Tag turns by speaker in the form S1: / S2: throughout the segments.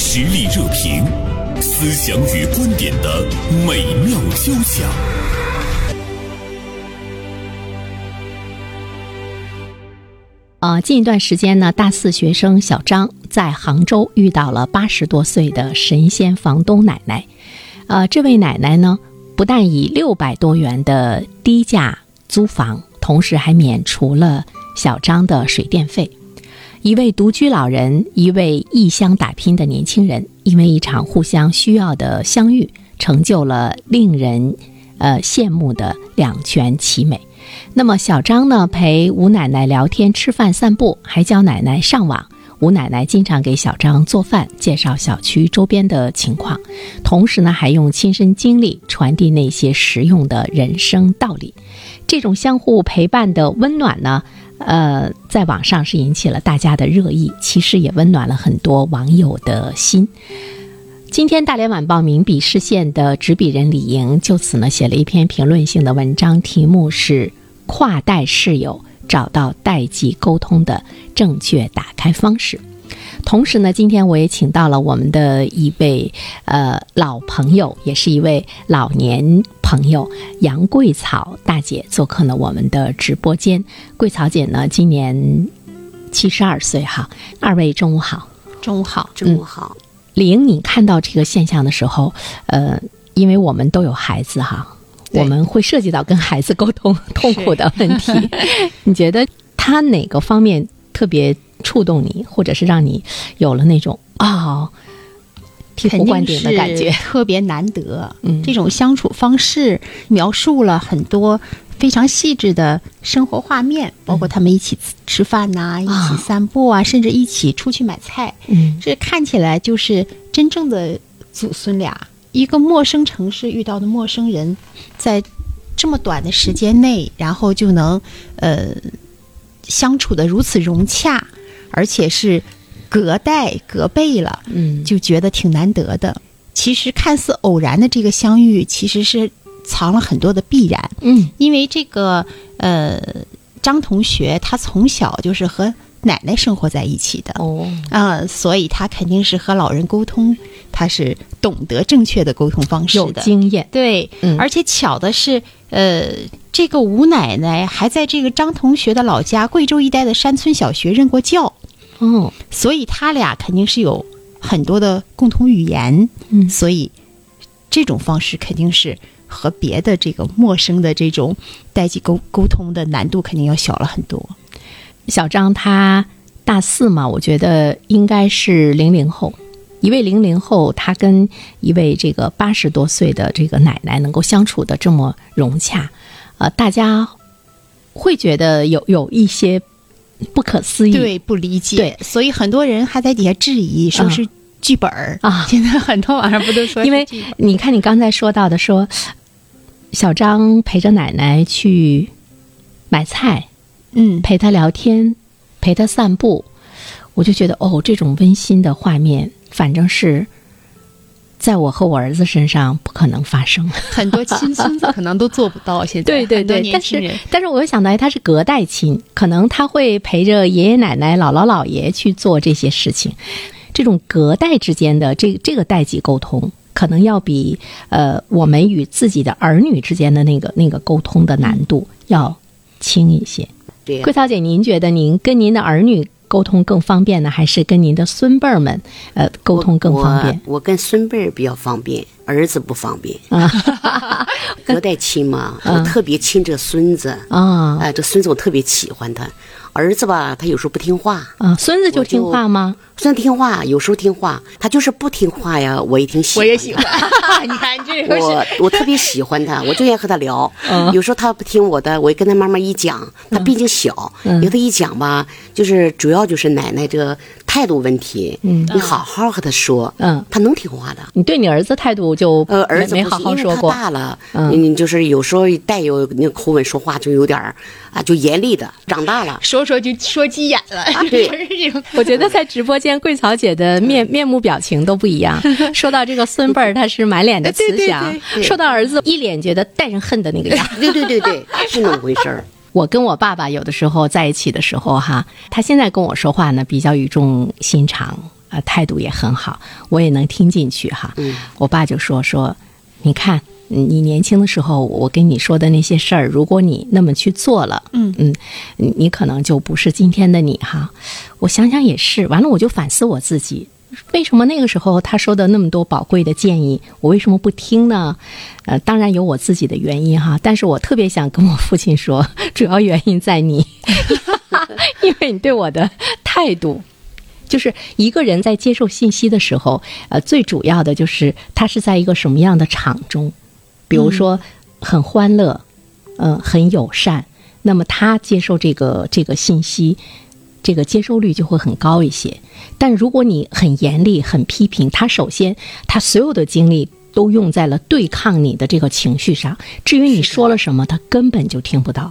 S1: 实力热评，思想与观点的美妙交响。
S2: 呃，近一段时间呢，大四学生小张在杭州遇到了八十多岁的神仙房东奶奶。呃，这位奶奶呢，不但以六百多元的低价租房，同时还免除了小张的水电费。一位独居老人，一位异乡打拼的年轻人，因为一场互相需要的相遇，成就了令人呃羡慕的两全其美。那么小张呢，陪吴奶奶聊天、吃饭、散步，还教奶奶上网。吴奶奶经常给小张做饭，介绍小区周边的情况，同时呢，还用亲身经历传递那些实用的人生道理。这种相互陪伴的温暖呢，呃，在网上是引起了大家的热议，其实也温暖了很多网友的心。今天，《大连晚报》名笔视线的执笔人李莹就此呢写了一篇评论性的文章，题目是“跨代室友找到代际沟通的正确打开方式”。同时呢，今天我也请到了我们的一位呃老朋友，也是一位老年朋友杨桂草大姐做客呢我们的直播间。桂草姐呢今年七十二岁哈，二位中午好，
S3: 中午好，中午好。
S2: 李莹，你看到这个现象的时候，呃，因为我们都有孩子哈，
S3: 对
S2: 我们会涉及到跟孩子沟通痛苦的问题。 你觉得他哪个方面特别触动你，或者是让你有了那种哦醍醐灌顶的感觉？
S3: 特别难得。
S2: 嗯
S3: 这种相处方式描述了很多非常细致的生活画面，包括他们一起吃吃饭呐、一
S2: 嗯啊
S3: 起散步啊，甚至一起出去买菜。
S2: 嗯
S3: 这看起来就是真正的祖孙俩，一个陌生城市遇到的陌生人，在这么短的时间内，然后就能呃相处的如此融洽，而且是隔代隔辈了。
S2: 嗯，
S3: 就觉得挺难得的。其实看似偶然的这个相遇，其实是藏了很多的必然。
S2: 嗯
S3: 因为这个呃，张同学他从小就是和奶奶生活在一起的，
S2: 哦
S3: 啊、所以他肯定是和老人沟通，他是懂得正确的沟通方式
S2: 有
S3: 的。
S2: 经验，
S3: 对，
S2: 嗯
S3: 而且巧的是，呃，这个吴奶奶还在这个张同学的老家贵州一带的山村小学任过教，
S2: 哦
S3: 所以他俩肯定是有很多的共同语言，
S2: 嗯
S3: 所以这种方式肯定是和别的这个陌生的这种代际沟沟通的难度肯定要小了很多。
S2: 小张他大四嘛，我觉得应该是零零后。一位零零后，他跟一位这个八十多岁的这个奶奶能够相处的这么融洽，呃，大家会觉得有有一些不可思议。，
S3: 对，不理解，啊
S2: 对
S3: 所以很多人还在底下质疑，说是剧本儿
S2: 啊
S3: 现在很多网上不都 说是
S2: 因为
S3: 剧本儿
S2: 你看你刚才说到的说，小张陪着奶奶去买菜，
S3: 嗯，
S2: 陪他聊天，陪他散步，我就觉得哦，这种温馨的画面，反正是在我和我儿子身上不可能发生。
S3: 很多亲孙子可能都做不到。现在 很多年
S2: 但
S3: 轻
S2: 是
S3: 人
S2: 但是我又想到，哎，他是隔代亲，可能他会陪着爷爷奶奶、姥姥姥爷去做这些事情。这种隔代之间的这这个代际沟通，可能要比呃我们与自己的儿女之间的那个那个沟通的难度要轻一些。
S3: 对
S2: 桂草姐，您觉得您跟您的儿女沟通更方便呢，还是跟您的孙辈儿们呃沟通更方便？
S4: 我我跟孙辈儿比较方便，儿子不方便。 隔代亲嘛，
S2: 嗯
S4: 我特别亲这孙子，
S2: 啊
S4: 哎，这孙子我特别喜欢他。儿子吧，他有时候不听话，
S2: 啊，孙子就听话吗？
S4: 虽然听话，有时候听话，他就是不听话呀，
S2: 嗯
S4: 我也挺喜欢。
S3: 也喜。 欢。你看这个是，
S4: 我我特别喜欢他，我就愿意和他聊。有时候他不听我的，我跟他慢慢一讲。他毕竟小，
S2: 嗯嗯
S4: 有的一讲吧，就是主要就是奶奶这个态度问题。
S2: 嗯
S4: 你好好和他说，
S2: 嗯
S4: 他能听话的。
S2: 你对你儿子态度就
S4: 呃，儿子
S2: 没
S4: 不
S2: 好
S4: 是
S2: 好
S4: 因为
S2: 说
S4: 他
S2: 过，
S4: 大 了，
S2: 嗯
S4: 嗯，就是有时候带有那个口吻说话就有点儿啊，就严厉的。长大了
S3: 说说就说急眼了，
S4: 对
S3: 就是这种。
S2: 我觉得在直播间，桂草姐的面面目表情都不一 样。说到这个孙辈儿，她是满脸的慈祥；
S3: 对对对对
S2: 说到儿子，一脸觉得带着恨的那个样。
S4: 对对对对，是那么回事儿。
S2: 我跟我爸爸有的时候在一起的时候哈，他现在跟我说话呢比较语重心长，呃，态度也很好，我也能听进去哈。
S4: 嗯
S2: 我爸就说说，你看你年轻的时候，我跟你说的那些事儿，如果你那么去做了，
S3: 嗯
S2: 嗯，你你可能就不是今天的你哈。我想想也是，完了我就反思我自己。为什么那个时候他说的那么多宝贵的建议，我为什么不听呢？呃，当然有我自己的原因哈，但是我特别想跟我父亲说，主要原因在你， 因为你对我的态度，就是一个人在接受信息的时候，呃，最主要的就是他是在一个什么样的场中，比如说很欢乐，嗯、很友善，那么他接受这个这个信息，这个接受率就会很高一些。但如果你很严厉、很批评，他首先他所有的精力都用在了对抗你的这个情绪上，至于你说了什么，他根本就听不到。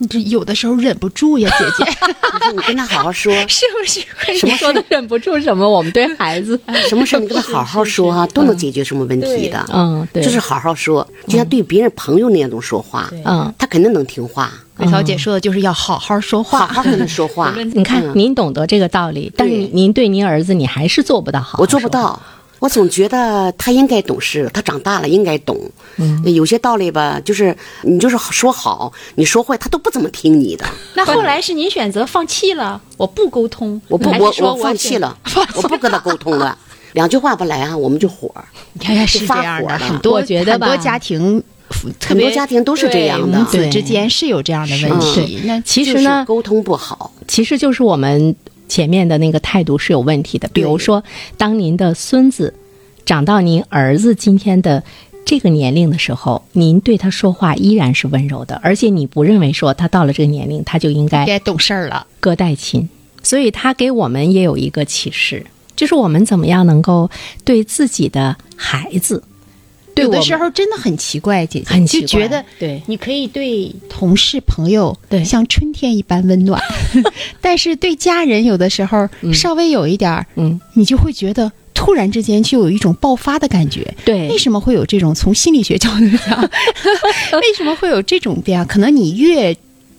S3: 你这有的时候忍不住呀，姐 姐，
S4: 你说你跟他好好说，
S2: 是不是会
S4: 什么
S2: 说的忍不住什么？我们对孩子，
S4: 什么事儿你跟他好好说啊，都能解决什么问题的。
S2: 嗯，对，
S4: 就是好好说，就像对别人朋友那样种说话，
S2: 嗯，
S4: 他肯定能听话，
S3: 伟桃姐说的就是要好嗯好说
S4: 好
S3: 话。
S4: 好跟他 说话。
S2: 你看，您懂得这个道理，但是
S4: 嗯对
S2: 您您对您儿子，你还是做不到好。
S4: 我做不。到，我总觉得他应该懂事，他长大了应该懂。
S5: 嗯
S4: 有些道理吧，就是你就是说好，你说坏他都不怎么听你的。
S5: 那后来是您选择放弃了，我不沟通，
S4: 我不，
S5: 还
S4: 我
S5: 是说
S4: 放
S5: 选
S4: 弃了，我不跟他沟通了。两句话不来啊，我们就火。
S3: 你看看是这
S4: 就发
S3: 样
S4: 火
S3: 的，
S4: 了
S3: 很多
S2: 我觉得
S3: 很
S2: 吧
S3: 多家庭，特
S4: 很
S3: 别
S4: 多家庭都是这样的
S5: 嗯
S3: 母，子
S2: 对
S3: 之间是有这样的问题。那
S2: 其
S4: 就
S2: 实
S4: 是
S2: 呢，
S4: 沟通不好。
S2: 其实就是我们前面的那个态度是有问题的。比如说，当您的孙子长到您儿子今天的这个年龄的时候，您对他说话依然是温柔的，而且你不认为说他到了这个年龄他就应该
S3: 该懂事儿了。
S2: 隔代亲，所以他给我们也有一个启示，就是我们怎么样能够对自己的孩子，对
S3: 有
S2: 我
S3: 的
S2: 们
S3: 时候真的很奇怪，姐姐
S2: 很奇
S3: 就
S2: 怪
S3: 觉得
S2: 对
S3: 你可以对同事朋友
S2: 对
S3: 像春天一般温 暖，但是对家人有的时候稍微有一点儿，
S2: 嗯，
S3: 你就会觉得突然之间就有一种爆发的感觉。
S2: 对
S3: 为什么会有这种？从心理学角度讲， 为什么会有这种变化？可能你越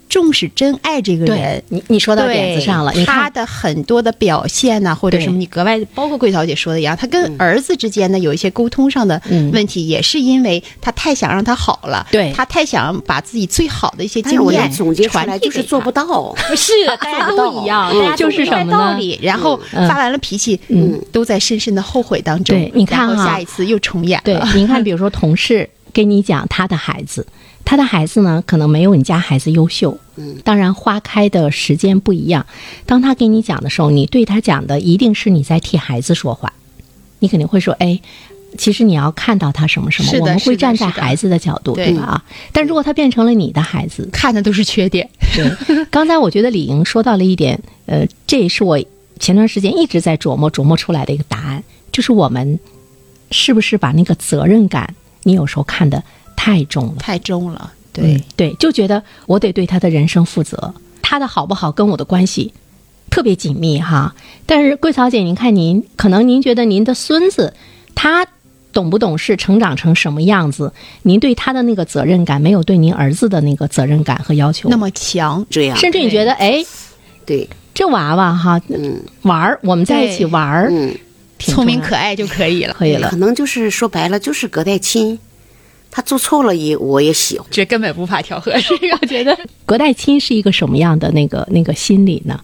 S3: 重视真爱这个人
S2: 对。你你说到
S3: 对
S2: 点子上了，你
S3: 他
S2: 看，
S3: 的很多的表现呐、或者
S2: 对
S3: 什么，你格外包括桂小姐说的一样，他跟儿子之间呢有一些沟通上的
S2: 嗯
S3: 问题，也是因为他太想让他好了，
S2: 对
S3: 他太想把自己最好的一些
S4: 但是
S3: 经
S4: 我能
S3: 验
S4: 总结出
S3: 传
S4: 来
S3: 递
S4: 就是
S3: 给
S4: 做嗯
S3: 他
S4: 不到。
S5: 不是，大家都一 样，
S4: 嗯
S5: 大家都
S2: 就是
S5: 明白
S2: 什么呢
S5: 道
S3: 道
S5: 理。
S3: 理，然后
S2: 嗯
S3: 发完了脾气，
S2: 嗯，
S3: 都在深深的后悔当中。
S2: 对你看
S3: 然后
S2: 哈
S3: 下一次又重演
S2: 对
S3: 了。，
S2: 您看，比如说同事跟你讲他的孩子，他的孩子呢可能没有你家孩子优秀，嗯，当然花开的时间不一样。当他给你讲的时候，你对他讲的一定是你在替孩子说话，你肯定会说，哎。其实你要看到他什么什么，
S3: 是的
S2: 我们
S3: 是
S2: 会
S3: 的
S2: 站在
S3: 是的
S2: 孩子的角度，
S3: 对
S2: 对吧？啊，但如果他变成了你的孩子，
S3: 看的都是缺点，
S2: 对，刚才我觉得李莹说到了一点，呃，这也是我前段时间一直在琢磨琢磨出来的一个答案，就是我们是不是把那个责任感，你有时候看得太重了。
S3: 太重了。
S2: 嗯
S3: 对，
S2: 对，就觉得我得对他的人生负责，他的好不好跟我的关系特别紧密哈。但是桂草姐，您看您，可能您觉得您的孙子他懂不懂事，成长成什么样子，您对他的那个责任感没有对您儿子的那个责任感和要求
S3: 那么强，
S4: 这样，
S2: 甚至你觉得，哎，
S4: 对，
S2: 这娃娃哈
S4: 嗯
S2: 玩儿，我们在一起玩儿，
S4: 嗯，
S2: 挺
S3: 聪明
S2: 重要
S3: 可爱就可以了。
S2: 可以了
S4: 可。能就是说白了就是隔代亲，他做错了也我也喜欢。
S3: 这根本无法调和，是我觉得
S2: 隔代亲是一个什么样的那个那个心理呢？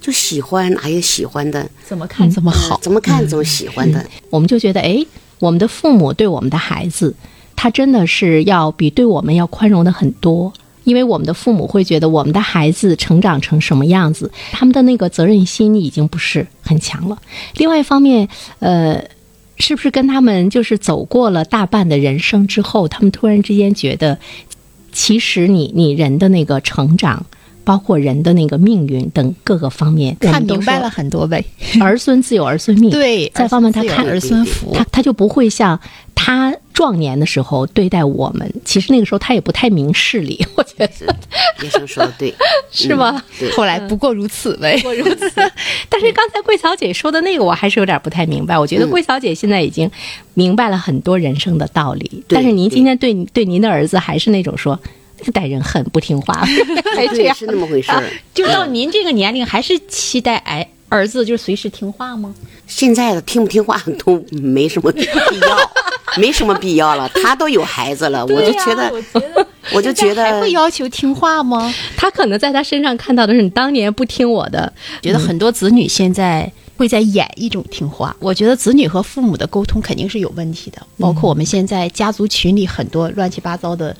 S4: 就喜欢，哎呀，喜欢的，
S5: 怎么看？
S3: 这么好
S4: 呃，怎么看怎么喜欢的，
S2: 我们就觉得，哎，我们的父母对我们的孩子，他真的是要比对我们要宽容的很多。因为我们的父母会觉得我们的孩子成长成什么样子，他们的那个责任心已经不是很强了。另外一方面，呃，是不是跟他们就是走过了大半的人生之后，他们突然之间觉得，其实你你人的那个成长，包括人的那个命运等各个方面，我
S3: 看
S2: 们都
S3: 明白
S2: 说
S3: 了很多呗。
S2: 儿孙自有儿孙命，
S3: 对，
S2: 再方面他看
S3: 儿孙福
S2: 他，他就不会像他壮年的时候对待我们。其实那个时候他也不太明事理， 我觉得
S4: 叶生说的对，嗯
S2: 是吗？
S4: 对，
S3: 后来不嗯过如此呗。
S2: 但是刚才桂小姐说的那个，我还是有点不太明白。我觉
S3: 嗯
S2: 得桂小姐现在已经明白了很多人生的道理，但是您今天对对您的儿子还是那种说。这个待人很不听 话，还这
S4: 对，
S2: 样
S4: 是那么回事儿。
S5: 就到您这个年龄，还是期待哎儿子就随时听话吗？
S4: 现在的听不听话 都没什么必要，没什么必要了。他都有孩子了，我就觉
S3: 啊
S4: 得，
S5: 我觉得
S4: 我就觉
S3: 还
S4: 得
S3: 会要求听话吗？
S2: 他可能在他身上看到的是你当年不听我的，
S3: 觉得
S4: 嗯
S3: 很多子女现在会在演一种听话。我觉得子女和父母的沟通肯定是有问题的，包
S4: 嗯
S3: 括我们现在家族群里很多乱七八糟的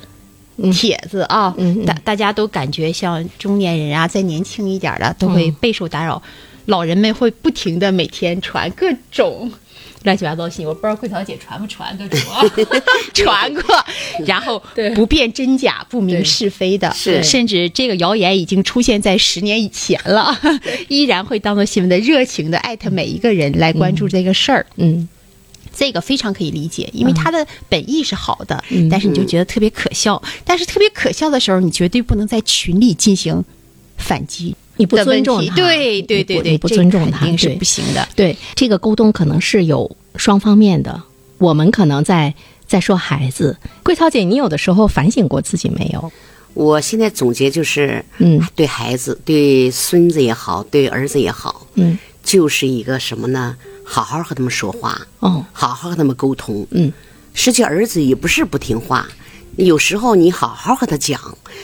S3: 帖子啊，
S2: 嗯嗯
S3: 大大家都感觉像中年人啊，再年轻一点的都
S4: 嗯
S3: 会备受打扰，老人们会不停的每天传各种。乱七八糟信，我不知道桂桃姐传不传得着，
S2: 啊
S3: 传过，然后
S5: 对
S3: 不辨真假、不明
S5: 对
S3: 是非的，
S4: 是
S3: 甚至这个谣言已经出现在十年以前了， 依然会当做新闻的热情的艾特每一个人来关注这个事儿，
S2: 嗯，
S3: 这个非常可以理解，因为他的本意是好的，
S2: 嗯
S3: 但是你就觉得特别可笑，但是特别可笑的时候，你绝对不能在群里进行反击。
S2: 你不尊重他，
S3: 对对
S2: 你不
S3: 对对，
S2: 你不
S3: 这
S2: 尊重他，
S3: 肯定是
S2: 对
S3: 不行的。
S2: 对，这个沟通可能是有双方面的。我们可能在在说孩子，桂涛姐，你有的时候反省过自己没有？
S4: 我现在总结就是，
S2: 嗯
S4: 对孩子、对孙子也好，对儿子也好，
S2: 嗯，
S4: 就是一个什么呢？好好和他们说话，
S2: 哦，
S4: 好好和他们沟通。
S2: 嗯，
S4: 实际儿子也不是不听话，有时候你好好和他讲，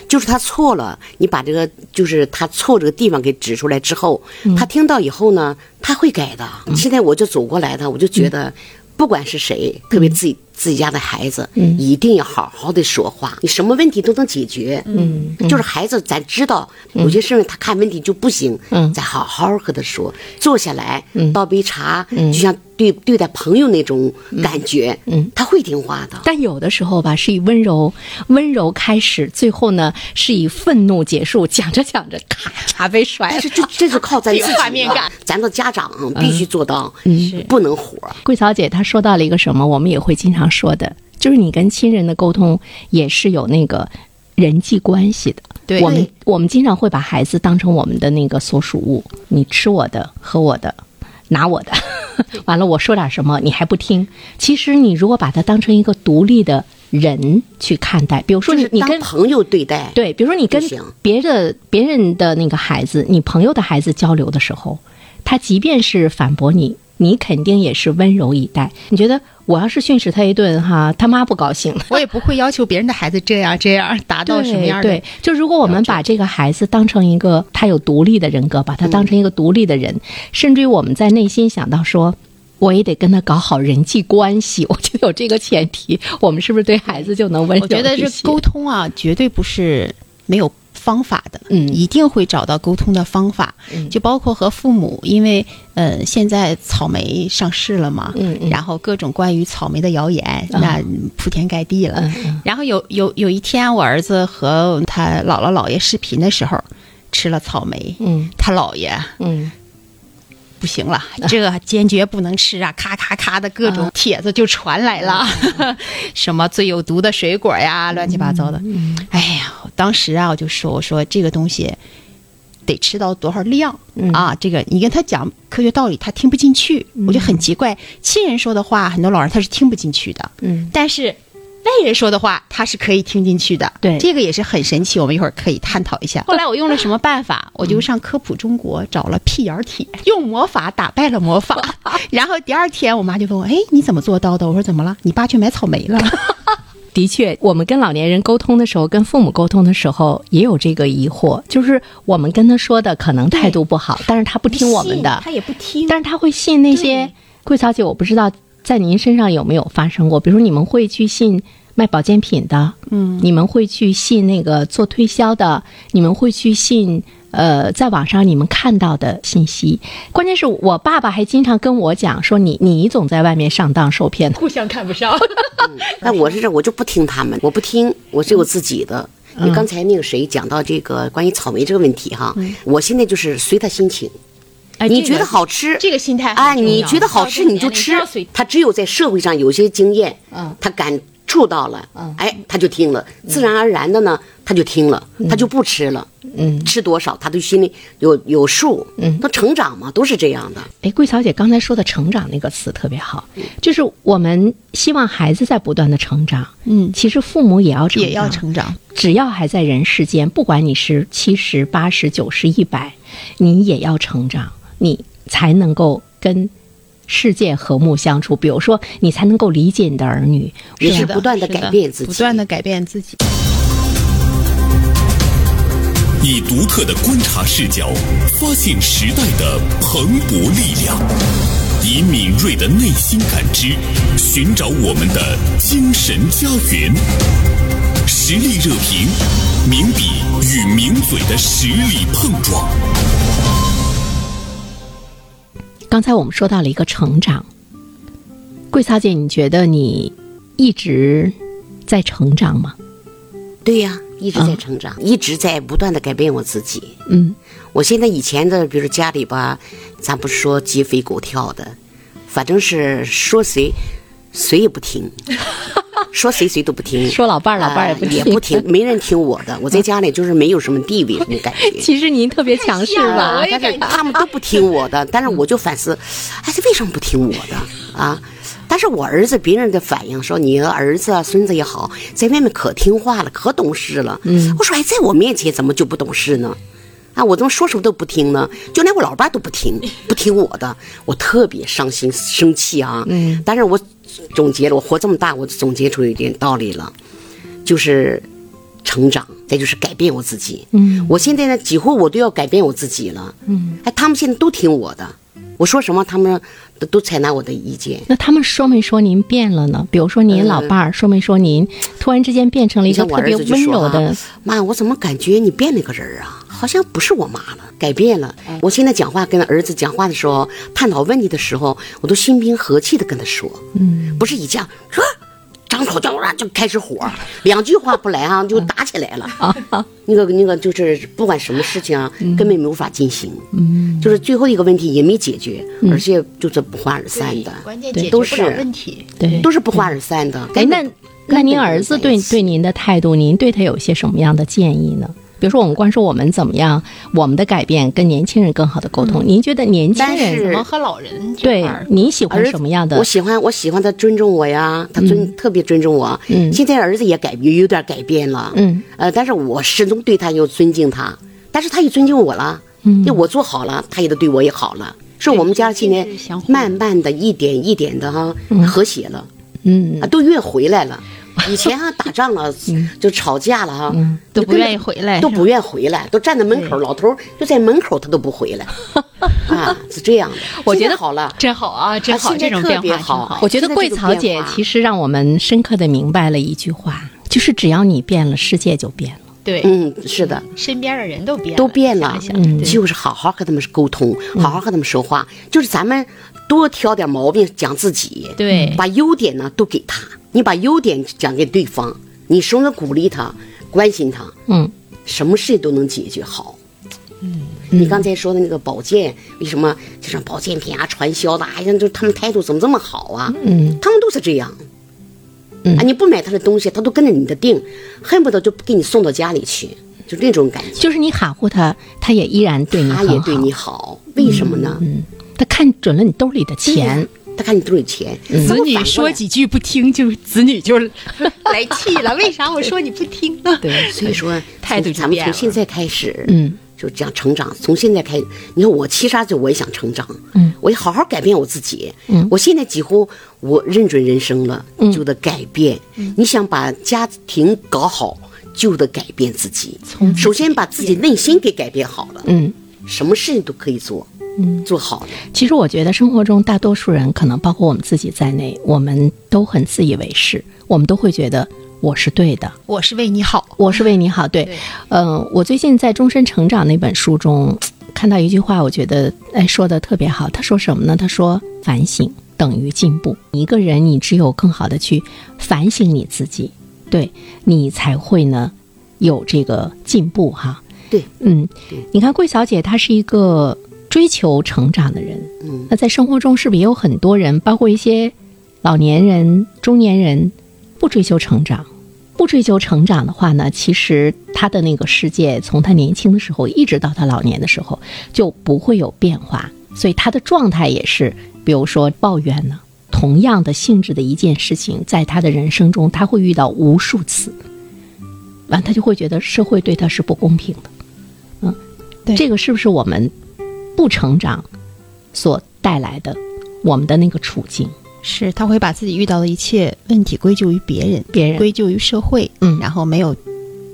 S4: 就是他错了，你把这个就是他错这个地方给指出来之后，
S2: 嗯
S4: 他听到以后呢，他会改的。现在我就走过来的，我就觉
S2: 嗯
S4: 得，不管是谁，特别自己。自己家的孩子，一定要好好的说话，你什么问题都能解决。嗯，就是孩子，咱知道有些事儿他看问题就不行，
S2: 嗯
S4: 咱好好和他说，坐下来，倒杯茶，就像对对待朋友那种感觉，嗯，他会听话的。
S2: 但有的时候吧，是以温柔温柔开始，最后呢是以愤怒结束。讲着讲着，咔茶杯摔
S4: 但
S2: 了
S4: 是。这哎这是靠咱自己
S3: 有画面感
S4: 了，咱的家长必须做到，嗯，不能火。
S2: 桂草姐她说到了一个什么，我们也会经常说的，就是你跟亲人的沟通也是有那个人际关系的。
S3: 对
S2: 我们我们经常会把孩子当成我们的那个所属物，你吃我的，喝我的，拿我的， 完了我说点什么你还不听。其实你如果把他当成一个独立的人去看待，比如说
S4: 就
S2: 你
S4: 是
S2: 你
S4: 当
S2: 跟
S4: 朋友对待，
S2: 对，比如说你跟
S4: 就行
S2: 别的别人的那个孩子，你朋友的孩子交流的时候，他即便是反驳你，你肯定也是温柔以待。你觉得我要是训斥他一顿哈，他妈不高兴。
S3: 我也不会要求别人的孩子这样这样达到什么样的
S2: 对，对就如果我们把这个孩子当成一个他有独立的人格，把他当成一个独立的人，甚至于我们在内心想到说。我也得跟他搞好人际关系，我觉得有这个前提，我们是不是对孩子就能温柔
S3: 我觉得
S2: 一
S3: 这
S2: 些
S3: 沟通啊，绝对不是没有方法的，
S2: 嗯
S3: 一定会找到沟通的方法，
S2: 嗯
S3: 就包括和父母，因为呃，现在草莓上市了嘛，
S2: 嗯嗯
S3: 然后各种关于草莓的谣言，
S2: 啊
S3: 那铺天盖地了。
S2: 嗯嗯
S3: 然后有有有一天，我儿子和他姥姥姥爷视频的时候，吃了草莓，
S2: 嗯
S3: 他姥爷
S2: 嗯
S3: 不行了， 这个坚决不能吃啊！咔咔咔的各种帖子就传来了， 什么最有毒的水果呀，乱七八糟的。哎呀，我当时啊，我就说，我说这个东西得吃到多少量、啊？这个你跟他讲科学道理，他听不进去，我就很奇怪，亲人说的话，很多老人他是听不进去的，
S2: 嗯，
S3: 但是。外人说的话，他是可以听进去的。
S2: 对
S3: 这个也是很神奇，我们一会儿可以探讨一下。后来我用了什么办法？ 我就上科普中国找了辟谣帖， 用魔法打败了魔 法。然后第二天，我妈就问我：“哎，你怎么做到的？”我说：“怎么了？你爸去买草莓 了。
S2: 的确，我们跟老年人沟通的时候，跟父母沟通的时候，也有这个疑惑，就是我们跟他说的可能态度不好，但是他不听我们的，
S5: 他也不听。
S2: 但是他会信那些。桂小姐，我不知道在您身上有没有发生过，比如说你们会去信卖保健品的，嗯，你们会去信那个做推销的，你们会去信。呃，在网上你们看到的信息，关键是我爸爸还经常跟我讲说你你总在外面上当受骗，互相看不上。
S4: 那我是这，我就不听他们，我不听，我是有自己的。
S3: 嗯
S4: 你刚才那个谁讲到这个关于草莓这个问题哈，我现在就是随他心情，”
S3: 哎
S4: 你觉得好 吃，
S3: 这个心态很
S4: 哎，
S3: 重要
S4: 你觉得好吃
S5: 到这个
S4: 你就
S5: 年龄
S4: 吃
S5: 要随。
S4: 他只有在社会上有些经验，
S2: 嗯
S4: 他感触到了，
S3: 嗯
S4: 哎，他就听了，自然而然的呢，他就听了，他就不吃了，
S2: 嗯
S4: 吃多少他都心里有有数，嗯，他成长嘛，都是这样的。
S2: 哎，桂小姐刚才说的“成长”那个词特别好，就是我们希望孩子在不断的成长，
S3: 嗯
S2: 其实父母也要成长，
S3: 也要成长。
S2: 只要还在人世间，不管你是七十、八十、九十、一百，你也要成长，你才能够跟世界和睦相处。比如说，你才能够理解你的儿女。
S4: 也是
S3: 的
S4: 不断的
S3: 是的
S4: 改变自己，
S3: 不断的改变自己。
S1: 以独特的观察视角，发现时代的蓬勃力量；以敏锐的内心感知，寻找我们的精神家园。实力热评，名笔与名嘴的实力碰撞。
S2: 刚才我们说到了一个成长，桂小姐，你觉得你一直在成长吗？
S4: 对呀、
S2: 啊
S4: 一直在成长，一直在不断的改变我自己。
S2: 嗯，
S4: 我现在以前的，比如家里吧，咱不说鸡飞狗跳的，反正是说谁，谁也 不听，说谁谁都不听，
S2: 说老伴儿老伴儿也不
S4: 啊
S2: 听
S4: 也不听，没人听我的。我在家里就是没有什么地位那种感觉。
S2: 其实您特别强势
S5: 像了
S2: 吧
S5: 我？也
S4: 啊但
S5: 感
S4: 是
S5: 觉
S4: 他们都不听我的，但是我就反思，哎，他为什么不听我的啊？但是我儿子别人的反应说，你儿子啊、孙子也好，在外面可听话了，可懂事了。嗯，我说哎，在我面前怎么就不懂事呢？啊，我怎么说什么都不听呢？就连我老伴都不听，不听我的，我特别伤心生气啊。嗯，但是我总结了，我活这么大，我总结出一点道理了，就是成长，再就是改变我自己。嗯，我现在呢，几乎我都要改变我自己了。嗯，哎，他们现在都听我的，我说什么他们都都采纳我的意见。
S2: 那他们说没说您变了呢？比如说您老伴儿说没说您突然之间变成了一
S4: 你
S2: 个
S4: 呃像我
S2: 特
S4: 儿
S2: 别
S4: 子就
S2: 温
S4: 说
S2: 柔的
S4: 啊，妈，我怎么感觉你变了个人儿啊？好像不是我妈了，改变了。
S2: 哎
S4: 我现在讲话跟儿子讲话的时候，探讨问题的时候，我都心平和气的跟他说，嗯，不是一犟说。张口就啊就开始 火，两句话不来啊就打起来了。那个那个就是不管什么事情啊，
S2: 嗯
S4: 根本无法进行。嗯，就是最后一个问题也没解决，而且就是不欢而散的，
S3: 关键
S2: 嗯对
S3: 解决
S4: 都
S3: 不了
S4: 是
S3: 问题。
S2: 对
S4: 都是不欢而散的。
S2: 哎，
S4: 根
S2: 那
S4: 本
S2: 那您
S4: 根本
S2: 儿子
S4: 不在
S2: 对
S4: 一起
S2: 对您的态度，您对他有一些什么样的建议呢？比如说，我们光说我们怎么样，我们的改变跟年轻人更好的沟通，您觉得年轻
S4: 嗯但
S2: 人
S4: 是
S3: 怎么和老人这
S2: 对
S3: 块儿
S2: 您喜欢
S4: 儿
S2: 什么样的
S4: 我？喜欢，我喜欢他尊重我呀，他尊、特别尊重我。
S2: 嗯
S4: 现在儿子也改有有点改变了。
S2: 嗯，
S4: 呃，但是我始终对他有尊敬他，但是他也尊敬我了。嗯，就我做好了，他也都对我也好了。是我们家现在
S3: 这是相互的
S4: 慢慢的一点一点的哈、和谐了，
S2: 嗯，
S4: 啊，都越回来了。以前哈、打 仗了，就吵架了哈、
S3: 嗯都
S4: 就
S3: 不
S4: 根
S3: 愿
S4: 本
S3: 意回来
S4: 都
S3: 是
S4: 不愿回来，都站在门口，老头儿就在门口，他都 不回来，啊，是这样的。
S3: 我觉
S4: 现在
S3: 得
S4: 好了，
S3: 真好啊，真好，
S4: 现在
S3: 这种
S4: 特
S3: 变
S4: 别
S3: 化真
S4: 好
S3: 好。
S2: 我觉得
S4: 现在
S2: 桂
S4: 这个
S2: 草
S4: 变
S2: 姐
S4: 化
S2: 其实让我们深刻的明白了一句话，就是只要你变了，世界就变了。
S3: 对，
S4: 嗯，是的，
S3: 身边的人都变了
S4: 都变了
S3: 想一想
S2: 嗯
S3: 对
S4: 就是嗯好好和他们沟通，好好和他们说话，就是咱们多挑点毛病讲自己，
S3: 对
S4: 把优点呢都给他，你把优点讲给对方，你时刻鼓励他，关心他，
S2: 嗯，
S4: 什么事都能解决好。嗯，你刚才说的那个保健，为什么就像保健品啊、传销的，哎呀，就他们态度怎么这么好啊？嗯，他们都是这样。
S2: 嗯
S4: 啊，你不买他的东西，他都跟着你的定，恨不得就给你送到家里去，就那种感觉。
S2: 就是你喊呼他，他也依然对你
S4: 他
S2: 嗯很
S4: 也
S2: 好
S4: 对。你好，为什么呢？
S2: 他看准了你兜里的钱，嗯
S4: 他看你兜里钱，那
S3: 子
S4: 么
S3: 女
S4: 反过
S3: 说
S4: 来
S3: 几句不听，就子女就 来气了。为啥我说你不听呢？
S4: 对，所以说
S3: 态度
S4: 从
S3: 就
S4: 咱们
S3: 变
S4: 从
S3: 了
S4: 现在开始，
S2: 嗯，
S4: 就这样成长。从现在开始，你看我七十二岁，我也想成长，
S2: 嗯，
S4: 我要好好改变我自己，嗯，我现在几乎我认准人生了，就得改变。你想把家庭搞好，就得改变自己，首先把自己内心给改变好了，
S2: 嗯，
S4: 什么事情都可以做，嗯，做好了，
S2: 其实我觉得生活中大多数人，可能包括我们自己在内，我们都很自以为是，我们都会觉得我是对的，
S3: 我是为你好，
S2: 我是为你好。对，嗯、我最近在《终身成长》那本书中看到一句话，我觉得哎说的特别好。他说什么呢？他说反省等于进步。一个人你只有更好的去反省你自己，对你才会呢有这个进步哈。
S4: 对，
S2: 嗯，你看桂小姐她是一个追求成长的人，
S4: 嗯，
S2: 那在生活中是不是也有很多人，包括一些老年人、中年人，不追求成长？不追求成长的话呢，其实他的那个世界，从他年轻的时候一直到他老年的时候，就不会有变化，所以他的状态也是，比如说抱怨呢、同样的性质的一件事情，在他的人生中，他会遇到无数次，完他就会觉得社会对他是不公平的，嗯，
S3: 对
S2: 这个是不是我们不成长所带来的我们的那个处境。
S3: 是他会把自己遇到的一切问题归咎于别人，
S2: 别人
S3: 归咎于社会，
S2: 嗯
S3: 然后没有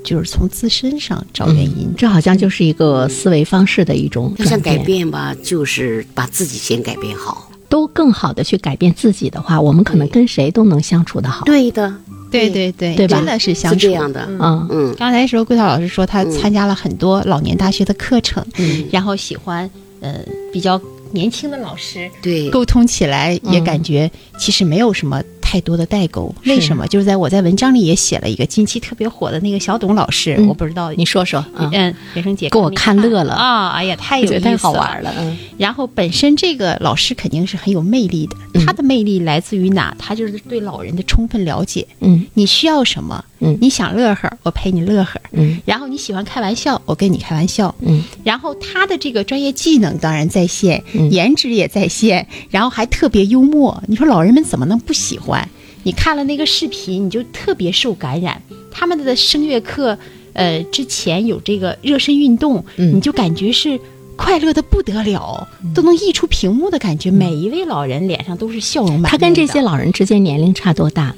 S3: 就是从自身上找原因。
S2: 这好像就是一个思维方式的一种
S4: 要想
S2: 转
S4: 改
S2: 变。
S4: 变吧，就是把自己先改变好。
S2: 都更好的去改变自己的话，我们可能跟谁都能相处的好。
S4: 对的，
S3: 对对对，
S2: 对吧
S3: 真的是相
S4: 是
S3: 处
S4: 这样的。
S2: 嗯，
S4: 嗯，
S3: 刚才的时候，桂涛老师说他参加了很多老年大学的课程，
S2: 嗯
S3: 然后喜欢呃比较年轻的老师，
S4: 对，
S3: 沟通起来也感觉
S2: 嗯
S3: 其实没有什么太多的代沟。为什么？就是在我在文章里也写了一个近期特别火的那个小董老师，
S2: 嗯
S3: 我不知道
S2: 你说说，嗯，
S3: 嗯，袁生姐
S2: 给我看乐了
S3: 啊！哎呀，太
S2: 我
S3: 有
S2: 觉得
S3: 意思了
S2: 太好玩了。嗯
S3: 然后本身这个老师肯定是很有魅力的，
S2: 嗯
S3: 他的魅力来自于哪？他就是对老人的充分了解。
S2: 嗯
S3: 你需要什么？
S2: 嗯
S3: 你想乐呵，我陪你乐呵。
S2: 嗯
S3: 然后你喜欢开玩笑，我跟你开玩笑。
S2: 嗯，
S3: 然后他的这个专业技能当然在线，
S2: 嗯
S3: 颜值也在线，然后还特别幽默。你说老人们怎么能不喜欢？你看了那个视频，你就特别受感染。他们的声乐课，呃，之前有这个热身运动，
S2: 嗯
S3: 你就感觉是快乐的不得了，都能溢出屏幕的感觉。每一位老人脸上都是笑容满面的。
S2: 嗯他跟这些老人之间年龄差多大？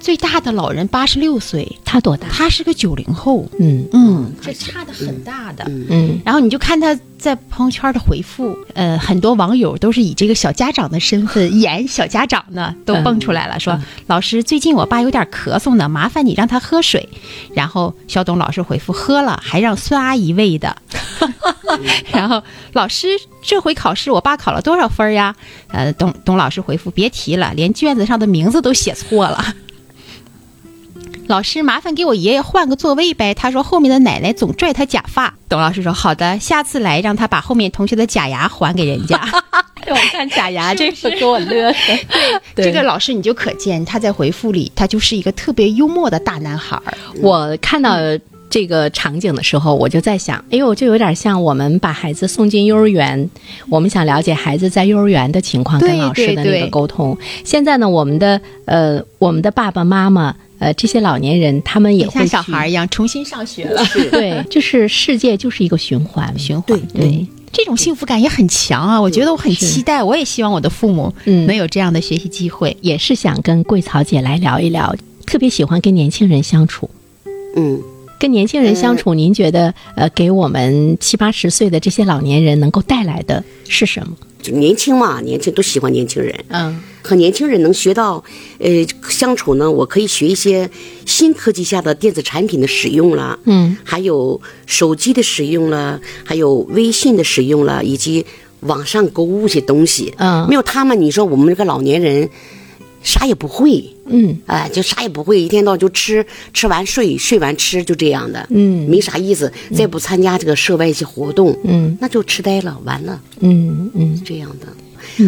S3: 最大的老人八十六岁，
S2: 他多大？
S3: 他是个九零后，
S2: 嗯
S3: 嗯，这差的很大的。
S2: 嗯
S3: 然后你就看他在朋友圈的回复，呃，很多网友都是以这个小家长的身份演小家长呢，都蹦出来了，说、老师最近我爸有点咳嗽呢，麻烦你让他喝水。然后小董老师回复喝了，还让孙阿姨喂的。 然后老师这回考试我爸考了多少分儿呀？呃，董董老师回复别提了，连卷子上的名字都写错了。老师，麻烦给我爷爷换个座位呗。他说后面的奶奶总拽他假发。董老师说好的，下次来让他把后面同学的假牙还给人家。
S5: 我看假牙这个
S2: 给我乐的。对
S3: 这个老师你就可见他在回复里，他就是一个特别幽默的大男孩 儿。
S2: 我看到这个场景的时候，我就在想，哎呦，就有点像我们把孩子送进幼儿园，我们想了解孩子在幼儿园的情况
S3: 对
S2: 跟老师的那
S3: 对
S2: 个
S3: 对
S2: 沟通。现在呢，我们的呃，我们的爸爸妈妈，呃，这些老年人，他们也会
S3: 像小
S2: 去
S3: 孩儿一样重新上学了，
S2: 对，就是世界就是一个循环，
S3: 循环
S2: 对对
S3: 对， 这种幸福感也很强啊！我觉得我很期待，我也希望我的父母
S2: 嗯
S3: 能有这样的学习机会。
S2: 也是想跟桂草姐来聊一聊，特别喜欢跟年轻人相处。
S4: 嗯，
S2: 跟年轻人相处，您觉得呃，给我们七八十岁的这些老年人能够带来的是什么？
S4: 就年轻嘛，年轻都喜欢年轻人。
S2: 嗯
S4: 和年轻人能学到，呃，相处呢，我可以学一些新科技下的电子产品的使用了，
S2: 嗯，
S4: 还有手机的使用了，还有微信的使用了，以及网上购物这东西，
S2: 嗯
S4: 没有他们，你说我们这个老年人啥也不会，
S2: 嗯
S4: 哎，就啥也不会，一天到晚就吃，吃完睡，睡完吃，就这样的，
S2: 嗯
S4: 没啥意思。再不参加这个社外一些活动，
S2: 嗯
S4: 那就痴呆了，完了。
S2: 嗯嗯
S4: 这样的。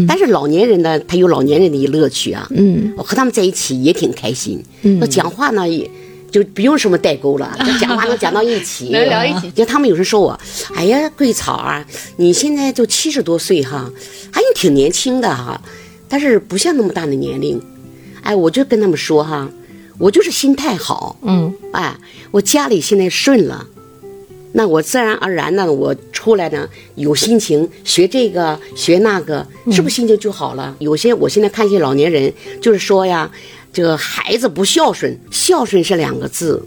S4: 但是老年人呢，他有老年人的一乐趣啊。
S2: 嗯，
S4: 我和他们在一起也挺开心。那讲话呢也。就不用什么代沟 了，就讲话能讲到一起，能聊一起。就他们有时说我，哎呀，桂草啊，你现在就七十多岁哈，哎，你挺年轻的哈，但是不像那么大的年龄。哎，我就跟他们说哈，我就是心态好，
S2: 嗯
S4: 哎，我家里现在顺了，那我自然而然呢，我出来呢有心情学这个学那个，是不是心情就好了？有些我现在看一些老年人，就是说呀，这个孩子不孝顺，孝顺是两个字，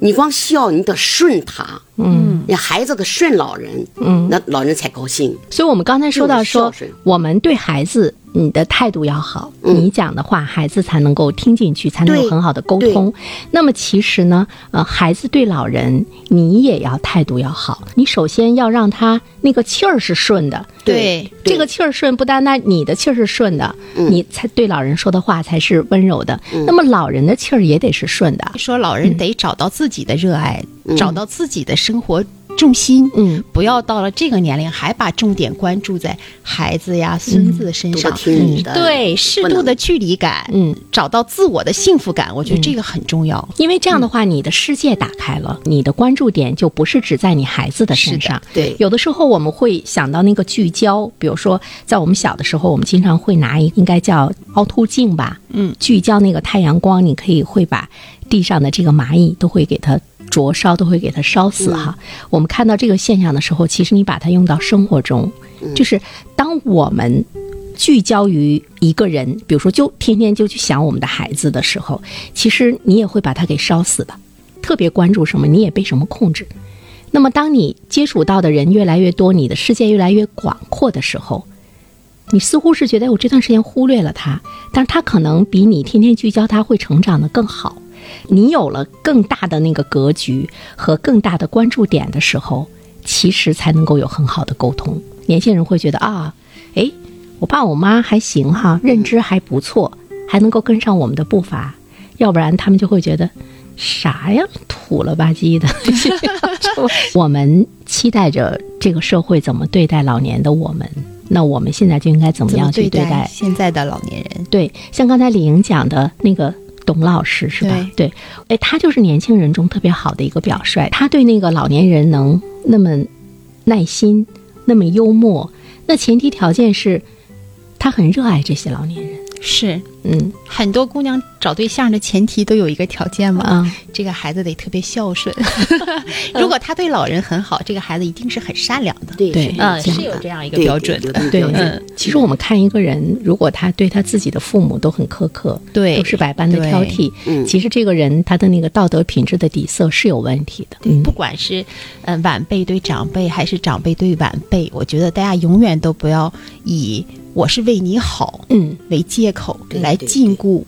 S4: 你光孝，你得顺他，嗯，你孩子得顺老人，嗯，那老人才高兴。
S2: 所以我们刚才说到说
S4: 孝顺，
S2: 我们对孩子你的态度要好，你讲的话孩子才能够听进去，才能有
S4: 对
S2: 很好的沟通。那么其实呢，呃，孩子对老人你也要态度要好，你首先要让他那个气儿是顺的。
S3: 对嗯
S2: 这个气儿顺，不单单你的气儿是顺的，你才对老人说的话才是温柔的。那么老人的气儿也得是顺的。
S3: 说老人得找到自己的热爱，找到自己的生活重心。
S2: 嗯，
S3: 不要到了这个年龄还把重点关注在孩子
S5: 嗯
S3: 呀、孙子的身
S4: 都得
S3: 上。
S4: 听你的，
S3: 对，适度的距离感，
S2: 嗯，
S3: 找到自我的幸福感，我
S5: 嗯
S3: 觉得这个很重要。
S2: 因为这样的话，你的世界打开了，你的关注点就不是只在你孩子的身上。
S4: 对
S2: 有的时候我们会想到那个聚焦，比如说在我们小的时候，我们经常会拿一应该叫凹凸镜吧，嗯，聚焦那个太阳光，你可以会把地上的这个蚂蚁都会给它灼烧，都会给它烧死哈。我们看到这个现象的时候，其实你把它用到生活中，就是当我们聚焦于一个人，比如说就天天就去想我们的孩子的时候，其实你也会把他给烧死的。特别关注什么，你也被什么控制。那么，当你接触到的人越来越多，你的世界越来越广阔的时候，你似乎是觉得我这段时间忽略了他，但是他可能比你天天聚焦他会成长的更好。你有了更大的那个格局和更大的关注点的时候，其实才能够有很好的沟通。年轻人会觉得啊，诶，我爸我妈还行哈、
S3: 嗯
S2: 认知还不错，还能够跟上我们的步伐，要不然他们就会觉得啥呀，土了吧唧 的。我们期待着这个社会怎么对待老年的我们，那我们现在就应该怎么
S3: 怎么
S2: 样去
S3: 对
S2: 待
S3: 现在的老年人？
S2: 对，像刚才李莹讲的那个董老师是吧？对，哎，他就是年轻人中特别好的一个表率，他对那个老年人能那么耐心，那么幽默，那前提条件是他很热爱这些老年人。
S3: 是
S2: 嗯
S3: 很多姑娘找对象的前提都有一个条件嘛，
S5: 嗯
S2: 啊，
S3: 这个孩子得特别 孝顺。如果他对老人很好，这个孩子一定是很善良的。
S4: 对
S2: 对
S4: 是
S5: 嗯，
S2: 这
S5: 是
S2: 样
S5: 有这样一个
S4: 对
S5: 标
S4: 有
S5: 准
S4: 这
S5: 的。
S4: 个
S2: 对
S4: 标准
S2: 嗯其实我们看一个人，如果他对他自己的父母都很苛刻，
S3: 对
S2: 都是百般的
S3: 对
S2: 挑剔，
S4: 嗯
S2: 其实这个人他的那个道德品质的底色是有问题的。嗯
S3: 不管是嗯晚辈对长辈，还是长辈对晚辈，我觉得大家永远都不要以“我是为你好
S2: 嗯，”
S3: 为借口
S4: 对
S3: 来
S4: 对
S3: 禁锢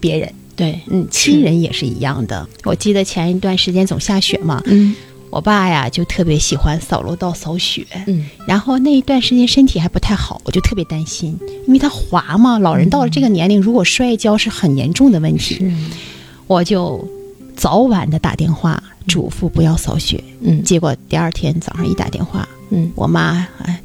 S3: 别人。
S2: 对，
S3: 嗯，亲人也是一样的。我记得前一段时间总下雪嘛，
S2: 嗯
S3: 我爸呀就特别喜欢扫楼道扫雪，
S2: 嗯，
S3: 然后那一段时间身体还不太好，我就特别担心，因为他滑嘛，老人到了这个年龄，如果摔跤是很严重的问题，我就早晚的打电话嘱咐不要扫雪。
S2: 嗯
S3: 结果第二天早上一打电话，
S2: 嗯
S3: 我妈哎。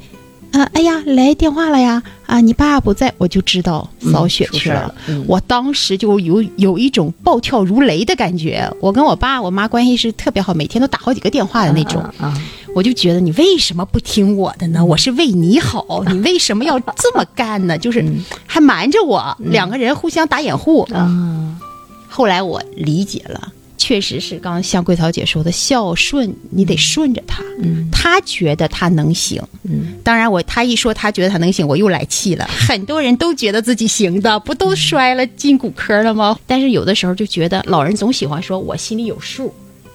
S3: 啊，哎呀，来电话了呀！啊，你爸不在，我就知道扫雪
S2: 出
S3: 去
S2: 事儿
S3: 了。
S2: 了嗯
S3: 我当时就有有一种暴跳如雷的感觉。我跟我爸、我妈关系是特别好，每天都打好几个电话的那种。
S2: 啊啊嗯
S3: 我就觉得你为什么不听我的呢？我是为 你好，你为什么要这么干呢？就是还瞒着我，两个人互相打掩护。
S2: 嗯啊，
S3: 后来我理解了，确实是刚刚像桂桃姐说的，孝顺你得顺着他，
S2: 嗯
S3: 他觉得他能行。
S2: 嗯，
S3: 当然我他一说他觉得他能行，我又来气 了。很多人都觉得自己行的，不都摔了进骨科了吗？但是有的时候就觉得老人总喜欢说我心里有数，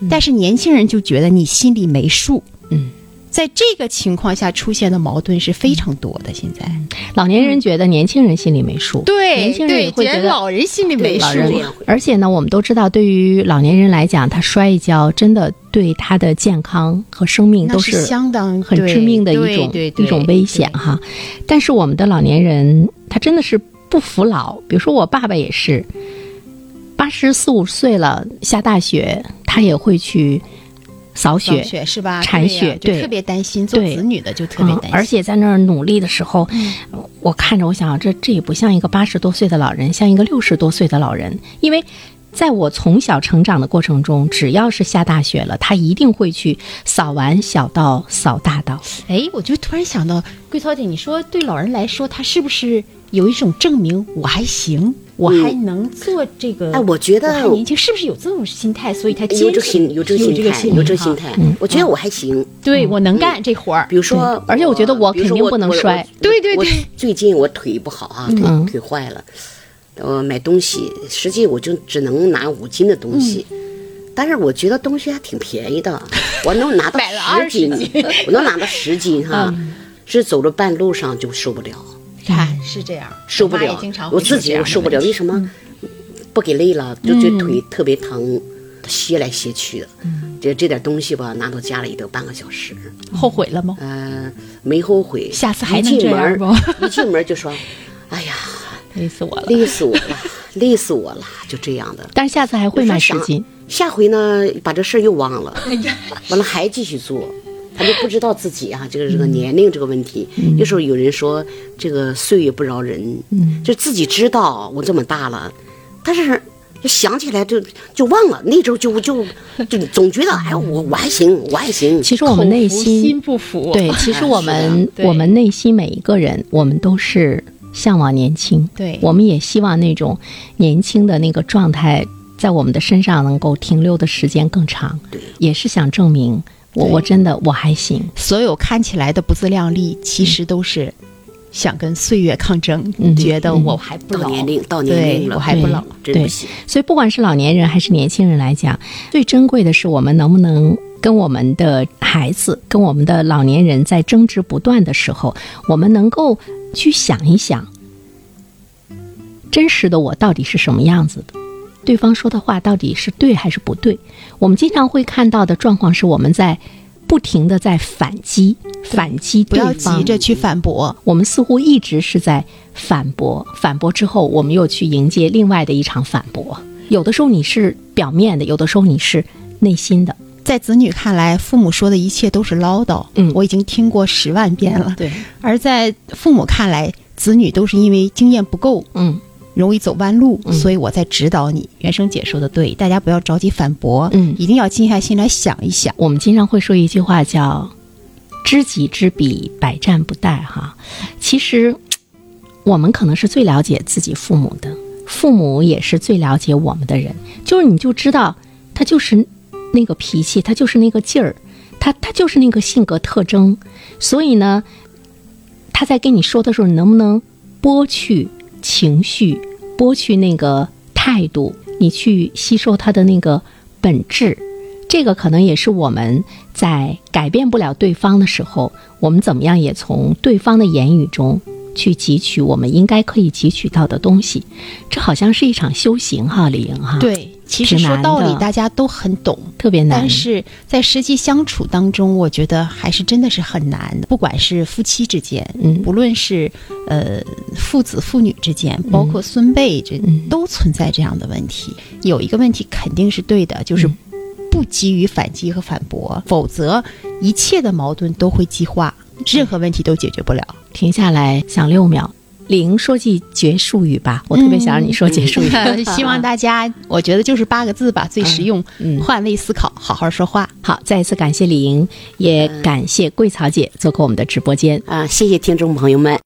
S3: 但是年轻人就觉得你心里没数。
S2: 嗯，
S3: 在这个情况下出现的矛盾是非常多的。现在
S2: 老年人觉得年轻人心里没数，
S3: 嗯对
S2: 年轻人也
S3: 对，
S2: 会
S3: 觉
S2: 觉
S3: 得
S2: 得。
S3: 老人心里没数
S2: 老
S4: 是
S2: 人
S4: 这样，
S2: 而且呢，我们都知道，对于老年人来讲，他摔一跤真的对他的健康和生命
S3: 那
S2: 都
S3: 是相当
S2: 很致命的一种
S3: 对对对
S2: 一种危险
S3: 对
S2: 哈。但是我们的老年人，他真的是不服老。比如说我爸爸也是，八十四五岁了，下大雪他也会去扫
S3: 扫
S2: 雪，
S3: 雪是吧？
S2: 铲
S3: 对呀
S2: 雪
S3: 就
S2: 对
S3: 特别担心，做
S2: 对
S3: 子女的就特别
S2: 嗯
S3: 担心。嗯
S2: 而且在那儿努力的时候，我看着我想，这这也不像一个八十多岁的老人，像一个六十多岁的老人，因为。在我从小成长的过程中，只要是下大雪了，他一定会去扫完小道扫大道。
S3: 哎，我就突然想到，桂涛姐，你说对老人来说，他是不是有一种证明我还行，我还能做这个？
S4: 嗯哎我觉得
S3: 我还年轻，是不是有这种心态？所以他坚持
S4: 有这个心，有这个心态，嗯有这个心
S3: 态。
S4: 态。我觉得我还行，
S3: 对，我能干这活儿
S4: 比。如说，呃
S2: 而且我觉得我
S4: 比如说
S2: 肯定不能
S4: 我我
S2: 摔
S4: 我
S3: 对对对
S4: 我最近我腿不好啊，
S2: 嗯
S4: 腿腿坏了，我买东西，实际我就只能拿五斤的东西。但是我觉得东西还挺便宜的，我能拿到
S3: 买了20
S4: 十斤， 我能拿到十斤哈，是走到半路上就受不了，
S3: 看是这样，
S4: 受不
S3: 我妈
S4: 了
S3: 也经常，会
S4: 我自
S3: 说这
S4: 己
S3: 样
S4: 又
S3: 的
S4: 受不了，
S3: 问题
S4: 为什么？不给累了，就觉得腿特别疼，歇来歇去的，这这点东西吧，拿到家里得半个小时。
S3: 后悔了吗？
S4: 嗯，没后悔。
S3: 下次还
S4: 一
S3: 能
S4: 进
S3: 这样
S4: 门
S3: 不
S4: 一进门就说：“哎呀，
S3: 累死我了。
S4: 累死我了， 累死我了。”就这样的。
S2: 但是下次还会买十
S4: 我说
S2: 斤
S4: 想。下回呢，把这事儿又忘了，
S3: 哎
S4: 完了还继续做，他就不知道自己啊，这个这个年龄这个问题。
S3: 嗯
S4: 有时候有人说这个岁月不饶人，
S3: 嗯
S4: 就自己知道我这么大了，但是就想起来就就忘了，那时候就就就总觉得哎，我我还行，我还行。
S2: 其实我们内
S3: 口服
S2: 心
S3: 心不服，
S2: 对，其
S4: 哎
S2: 实我
S4: 是的
S2: 们
S3: 对
S2: 我们内心每一个人，我们都是向往年轻，
S3: 对
S2: 我们也希望那种年轻的那个状态在我们的身上能够停留的时间更长，
S4: 对
S2: 也是想证明我
S3: 对
S2: 我真的我还行，
S3: 所有看起来的不自量力，其实都是
S6: 想跟岁月抗争，觉得我还不
S4: 到
S6: 老，
S4: 年龄，到年龄
S6: 对
S4: 了，
S6: 我还不
S2: 对
S6: 老。
S4: 真
S2: 对
S4: 不行。
S2: 所以，不管是老年人还是年轻人来讲，最珍贵的是我们能不能跟我们的孩子、跟我们的老年人在争执不断的时候，我们能够去想一想，真实的我到底是什么样子的。对方说的话到底是对还是不对？我们经常会看到的状况是，我们在不停的在反击，反击
S6: 不
S2: 对
S6: 要
S2: 方。
S6: 急着去反驳，
S2: 我们似乎一直是在反驳，反驳之后，我们又去迎接另外的一场反驳。有的时候你是表面的，有的时候你是内心的。
S6: 在子女看来，父母说的一切都是唠叨，
S2: 嗯
S6: 我已经听过十万遍了。
S2: 对，
S6: 而在父母看来，子女都是因为经验不够，
S2: 嗯
S6: 容易走弯路，所以我在指导你。袁生姐说的对，大家不要着急反驳，
S2: 嗯
S6: 一定要静下心来想一想。
S2: 我们经常会说一句话叫“知己知彼，百战不殆”哈。其实我们可能是最了解自己父母的，父母也是最了解我们的人。就是你就知道他就是那个脾气，他就是那个劲儿，他他就是那个性格特征。所以呢，他在跟你说的时候，你能不能剥去情绪，剥去那个态度，你去吸收他的那个本质？这个可能也是我们在改变不了对方的时候，我们怎么样也从对方的言语中去汲取我们应该可以汲取到的东西。这好像是一场修行哈，李莹哈，，
S6: 对，其实
S2: 嗯挺
S6: 说
S2: 难
S6: 道
S2: 的
S6: 理大家都很懂，
S2: 特别难。
S6: 但是在实际相处当中，我觉得还是真的是很难的。不管是夫妻之间，
S2: 嗯
S6: 不论是呃父子父女之间，包括孙辈这、
S2: 嗯
S6: 都存在这样的问题。有一个问题肯定是对的，就是
S2: 嗯
S6: 不基于反击和反驳，否则一切的矛盾都会激化，
S2: 嗯
S6: 任何问题都解决不了。
S2: 停下来想六秒，李莹说句结束语吧，我特别想让你
S6: 嗯
S2: 说结束语。
S6: 希望大家，我觉得就是八个字吧，最实用：
S2: 嗯
S6: 换位思考，好好说话。
S2: 好，再一次感谢李莹，也感谢桂草姐做客我们的直播间。
S4: 啊，谢谢听众朋友们。